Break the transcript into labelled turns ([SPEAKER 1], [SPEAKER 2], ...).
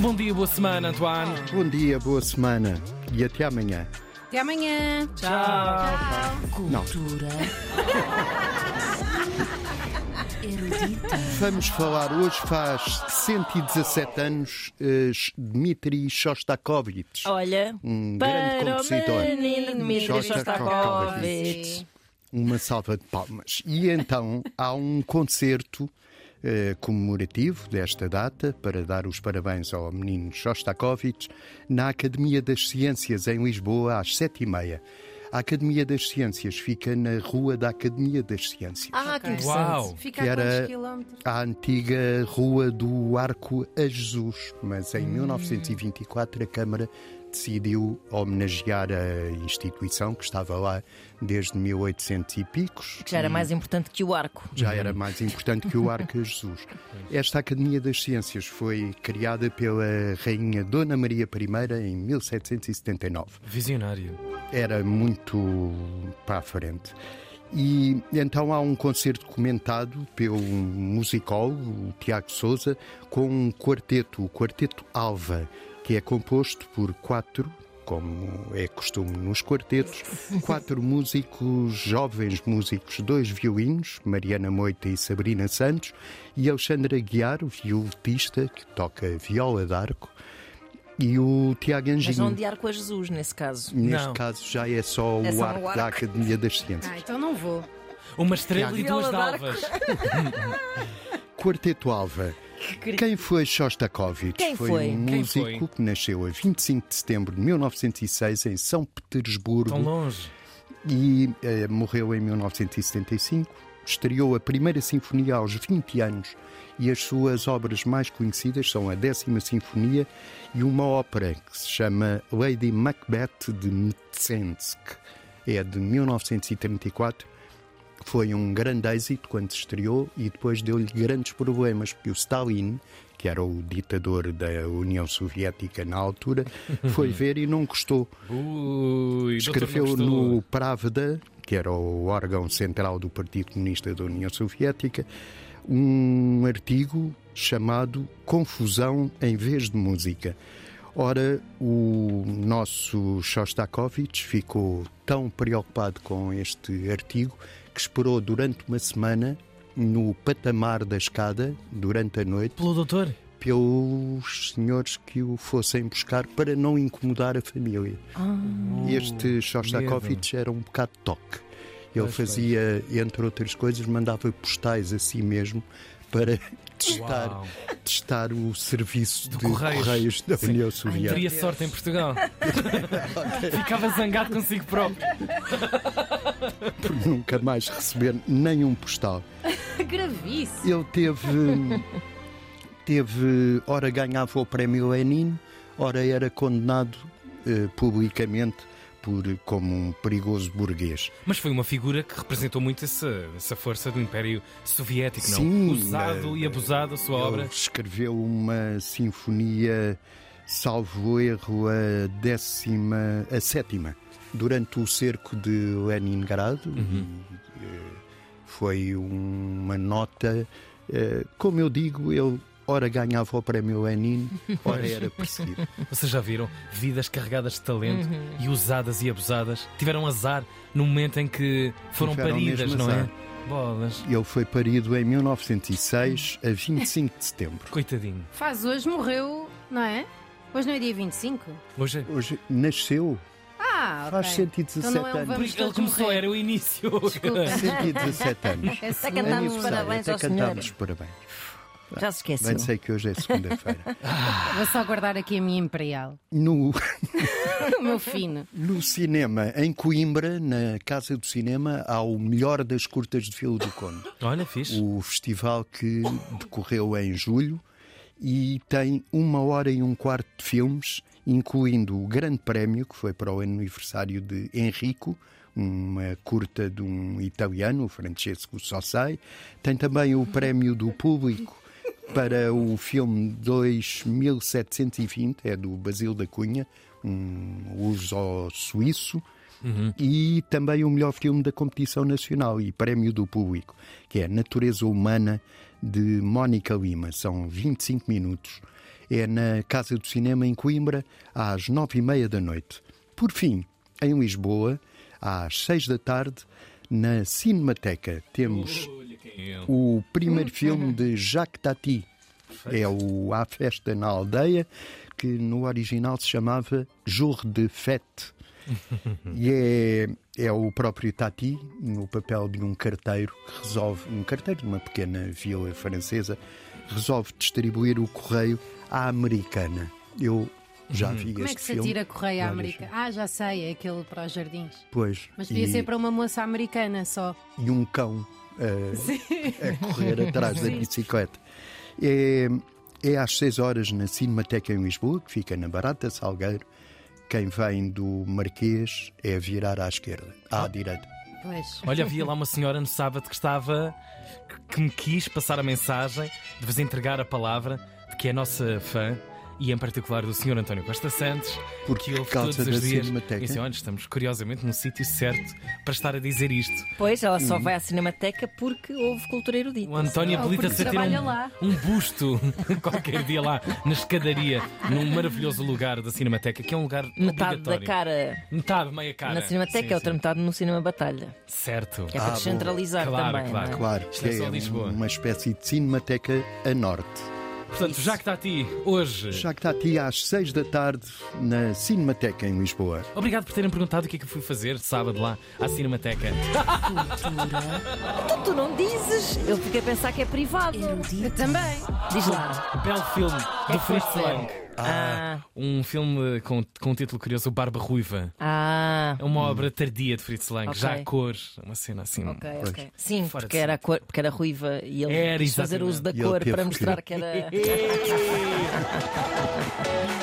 [SPEAKER 1] Bom dia, boa semana, Antoine.
[SPEAKER 2] Bom dia, boa semana e até amanhã.
[SPEAKER 3] Até amanhã.
[SPEAKER 4] Cultura. Erudita.
[SPEAKER 2] Vamos falar, hoje faz 117 anos, eh, Dmitri Shostakovich.
[SPEAKER 5] Olha,
[SPEAKER 2] Um grande
[SPEAKER 5] para o
[SPEAKER 2] compositor.
[SPEAKER 5] menino Dmitri
[SPEAKER 2] Shostakovich.
[SPEAKER 5] Shostakovich.
[SPEAKER 2] Uma salva de palmas. E então há um concerto eh, comemorativo desta data para dar os parabéns ao menino Shostakovich na Academia das Ciências em Lisboa às sete e meia. A Academia das Ciências fica na Rua da Academia das Ciências.
[SPEAKER 4] Ah, que interessante.
[SPEAKER 1] Uau!
[SPEAKER 3] Fica
[SPEAKER 2] que
[SPEAKER 3] a
[SPEAKER 2] era
[SPEAKER 3] quantos quilómetros?
[SPEAKER 2] a antiga Rua do Arco a Jesus, mas em 1924 a Câmara decidiu homenagear a instituição que estava lá desde 1800 e picos.
[SPEAKER 5] Que já era
[SPEAKER 2] Hum.
[SPEAKER 5] mais importante que o arco.
[SPEAKER 2] Já era mais importante que o Arco a Jesus. Esta Academia das Ciências foi criada pela Rainha Dona Maria I em 1779
[SPEAKER 1] Visionário.
[SPEAKER 2] era muito para a frente. E então há um concerto comentado pelo musicólogo o Tiago Souza com um quarteto, o Quarteto Alva, que é composto por quatro, como é costume nos quartetos, quatro músicos, jovens músicos, dois violinos, Mariana Moita e Sabrina Santos, e Alexandra Guiar, o violetista, que toca viola d'arco, e o Tiago
[SPEAKER 5] Mas
[SPEAKER 2] Anjinho.
[SPEAKER 5] não de arco um a Jesus, nesse caso.
[SPEAKER 2] Neste
[SPEAKER 1] Não.
[SPEAKER 2] caso já é só
[SPEAKER 5] É
[SPEAKER 2] o
[SPEAKER 5] só um
[SPEAKER 2] arco
[SPEAKER 5] arco.
[SPEAKER 2] da Academia das Ciências.
[SPEAKER 3] Ah, então não vou.
[SPEAKER 1] Uma estrela e duas
[SPEAKER 5] Viola d'arco.
[SPEAKER 1] dalvas.
[SPEAKER 2] Quarteto Alva. Quem foi Shostakovich?
[SPEAKER 5] Quem
[SPEAKER 2] foi,
[SPEAKER 5] foi?
[SPEAKER 2] um
[SPEAKER 1] Quem
[SPEAKER 2] músico
[SPEAKER 1] foi?
[SPEAKER 2] que nasceu a 25 de setembro de 1906 em São Petersburgo
[SPEAKER 1] Tão longe.
[SPEAKER 2] e eh, morreu em 1975. Estreou a primeira sinfonia aos 20 anos e as suas obras mais conhecidas são a décima sinfonia e uma ópera que se chama Lady Macbeth de Mtsensk. É de 1934. Foi um grande êxito quando se estreou e depois deu-lhe grandes problemas, porque o Stalin, que era o ditador da União Soviética na altura, foi ver e não gostou
[SPEAKER 1] Ui, doutor, não
[SPEAKER 2] escreveu
[SPEAKER 1] gostou.
[SPEAKER 2] no Pravda, que era o órgão central do Partido Comunista da União Soviética, um artigo chamado Confusão em vez de música. Ora, o nosso Shostakovich ficou tão preocupado com este artigo que esperou durante uma semana no patamar da escada, durante a noite,
[SPEAKER 1] Pelo doutor?
[SPEAKER 2] pelos senhores que o fossem buscar para não incomodar a família.
[SPEAKER 1] Ah.
[SPEAKER 2] este Shostakovich era um bocado toque. Ele
[SPEAKER 1] Pois,
[SPEAKER 2] fazia, entre outras coisas, mandava postais a si mesmo para testar,
[SPEAKER 1] Uau.
[SPEAKER 2] testar o serviço de
[SPEAKER 1] Correios.
[SPEAKER 2] correios, da
[SPEAKER 1] Sim.
[SPEAKER 2] União
[SPEAKER 1] Teria
[SPEAKER 2] Soviética.
[SPEAKER 1] sorte em Portugal. Ficava zangado consigo próprio.
[SPEAKER 2] por nunca mais receber nenhum postal.
[SPEAKER 3] Gravíssimo.
[SPEAKER 2] Ele teve. teve ora ganhava o prémio Lenin, ora era condenado eh, publicamente por, como um perigoso burguês.
[SPEAKER 1] Mas foi uma figura que representou muito essa, essa força do Império Soviético,
[SPEAKER 2] Sim,
[SPEAKER 1] não? Usado
[SPEAKER 2] eh,
[SPEAKER 1] e abusado a sua
[SPEAKER 2] Ele
[SPEAKER 1] obra.
[SPEAKER 2] escreveu uma sinfonia, salvo erro, a décima, a sétima, durante o cerco de Leningrado. E, eh, Foi uma nota, eh, como eu digo, ele ora ganhava o prémio Lenin, ora era perseguido.
[SPEAKER 1] Vocês já viram? Vidas carregadas de talento e usadas e abusadas. Tiveram azar no momento em que foram
[SPEAKER 2] Tiveram
[SPEAKER 1] paridas,
[SPEAKER 2] mesmo
[SPEAKER 1] não
[SPEAKER 2] azar.
[SPEAKER 1] é? Bolas.
[SPEAKER 2] Ele foi parido em 1906, a 25 de setembro.
[SPEAKER 1] Coitadinho.
[SPEAKER 3] Faz hoje, morreu, não é? Hoje não é dia 25?
[SPEAKER 1] Hoje é.
[SPEAKER 2] Hoje nasceu,
[SPEAKER 3] Ah,
[SPEAKER 2] faz
[SPEAKER 3] ok.
[SPEAKER 2] 117
[SPEAKER 3] Então não é um
[SPEAKER 2] anos.
[SPEAKER 3] vamos
[SPEAKER 1] Ele
[SPEAKER 3] todos
[SPEAKER 1] começou,
[SPEAKER 3] morrer.
[SPEAKER 1] era o início.
[SPEAKER 2] 117 anos.
[SPEAKER 3] É
[SPEAKER 5] Até cantarmos
[SPEAKER 2] Aniversário,
[SPEAKER 5] parabéns
[SPEAKER 2] até
[SPEAKER 5] ao senhor.
[SPEAKER 2] cantarmos parabéns.
[SPEAKER 5] Já se
[SPEAKER 2] Bem
[SPEAKER 5] esqueceu.
[SPEAKER 2] sei que hoje é segunda-feira.
[SPEAKER 3] Vou só guardar aqui a minha imperial.
[SPEAKER 2] No,
[SPEAKER 3] O meu fino.
[SPEAKER 2] no cinema, em Coimbra, na Casa do Cinema, há o melhor das curtas de Filo do Conde.
[SPEAKER 1] Olha, fixe.
[SPEAKER 2] O festival que decorreu em julho e tem uma hora e um quarto de filmes, incluindo o Grande Prémio, que foi para o aniversário de Enrico, uma curta de um italiano, o Francesco Sossai. Tem também o Prémio do Público para o filme 2720, é do Basílio da Cunha, um luso-suíço. E também o melhor filme da competição nacional e prémio do público, que é Natureza Humana, de Mónica Lima. São 25 minutos. É na Casa do Cinema, em Coimbra, às nove e meia da noite. Por fim, em Lisboa, às seis da tarde, na Cinemateca, temos o primeiro
[SPEAKER 3] Hum,
[SPEAKER 2] filme de Jacques Tati. É o A Festa na Aldeia, que no original se chamava Jour de Fête. E é, é o próprio Tati, no papel de um carteiro, que resolve, um carteiro de uma pequena vila francesa, resolve distribuir o correio à americana. Eu já vi
[SPEAKER 3] Como é
[SPEAKER 2] este
[SPEAKER 3] que se
[SPEAKER 2] filme.
[SPEAKER 3] atira a correia à
[SPEAKER 2] várias
[SPEAKER 3] América? Ah, já sei, é aquele para os jardins.
[SPEAKER 2] Pois.
[SPEAKER 3] Mas podia
[SPEAKER 2] e,
[SPEAKER 3] ser para uma moça americana só.
[SPEAKER 2] e um cão eh, a correr atrás da bicicleta. É, é às 6 horas na Cinemateca em Lisboa, que fica na Barata Salgueiro. Quem vem do Marquês é virar à esquerda,
[SPEAKER 1] Ah.
[SPEAKER 2] à direita.
[SPEAKER 3] Pois.
[SPEAKER 1] Olha, havia lá uma senhora no sábado que estava. que- que me quis passar a mensagem, de vos entregar a palavra, de que é nossa fã. E em particular do senhor António Costa Santos,
[SPEAKER 2] Por
[SPEAKER 1] que ouve
[SPEAKER 2] causa
[SPEAKER 1] todos os
[SPEAKER 2] da
[SPEAKER 1] dias.
[SPEAKER 2] Cinemateca?
[SPEAKER 1] E assim, olha, estamos curiosamente no sítio certo para estar a dizer isto.
[SPEAKER 5] Pois, ela
[SPEAKER 2] Hum.
[SPEAKER 5] só vai à Cinemateca porque houve cultura erudita.
[SPEAKER 1] O António
[SPEAKER 3] Ou
[SPEAKER 1] habilita-se a
[SPEAKER 3] porque
[SPEAKER 1] ter
[SPEAKER 3] trabalha
[SPEAKER 1] um,
[SPEAKER 3] lá.
[SPEAKER 1] um busto qualquer dia lá na escadaria, num maravilhoso lugar da Cinemateca, que é um lugar
[SPEAKER 5] Hum. Metade da
[SPEAKER 1] obrigatório.
[SPEAKER 5] cara
[SPEAKER 1] Metade, meia cara.
[SPEAKER 5] na Cinemateca, é
[SPEAKER 1] Sim,
[SPEAKER 5] outra
[SPEAKER 1] sim.
[SPEAKER 5] metade no Cinema Batalha.
[SPEAKER 1] Certo.
[SPEAKER 5] Que é para descentralizar
[SPEAKER 1] Claro,
[SPEAKER 5] também.
[SPEAKER 1] claro.
[SPEAKER 5] não é?
[SPEAKER 2] Claro,
[SPEAKER 1] Isto
[SPEAKER 2] que
[SPEAKER 1] é só
[SPEAKER 2] é
[SPEAKER 1] Lisboa.
[SPEAKER 2] uma espécie de Cinemateca a norte.
[SPEAKER 1] Portanto, já que está a ti hoje.
[SPEAKER 2] Já que está aqui às 6 da tarde na Cinemateca em Lisboa.
[SPEAKER 1] Obrigado por terem perguntado o que é que eu fui fazer sábado lá à Cinemateca.
[SPEAKER 5] Tu não dizes? Eu fiquei a pensar que é privado.
[SPEAKER 4] erudito,
[SPEAKER 3] Eu também.
[SPEAKER 5] Diz lá.
[SPEAKER 1] Belo filme
[SPEAKER 5] É
[SPEAKER 1] do Fritz
[SPEAKER 5] foi?
[SPEAKER 1] Lang.
[SPEAKER 5] Ah,
[SPEAKER 1] Um filme com, com um título curioso, o Barba Ruiva.
[SPEAKER 5] ah.
[SPEAKER 1] É uma obra tardia de Fritz Lang,
[SPEAKER 5] Ok.
[SPEAKER 1] já a cores, uma cena assim.
[SPEAKER 5] Ok, ok. Sim,
[SPEAKER 1] Fora de
[SPEAKER 5] porque era, a cor- porque era ruiva e ele
[SPEAKER 1] Era,
[SPEAKER 5] quis fazer
[SPEAKER 1] exatamente.
[SPEAKER 5] uso da
[SPEAKER 2] E ele
[SPEAKER 5] cor
[SPEAKER 2] teve
[SPEAKER 5] para
[SPEAKER 2] que-
[SPEAKER 5] mostrar que era.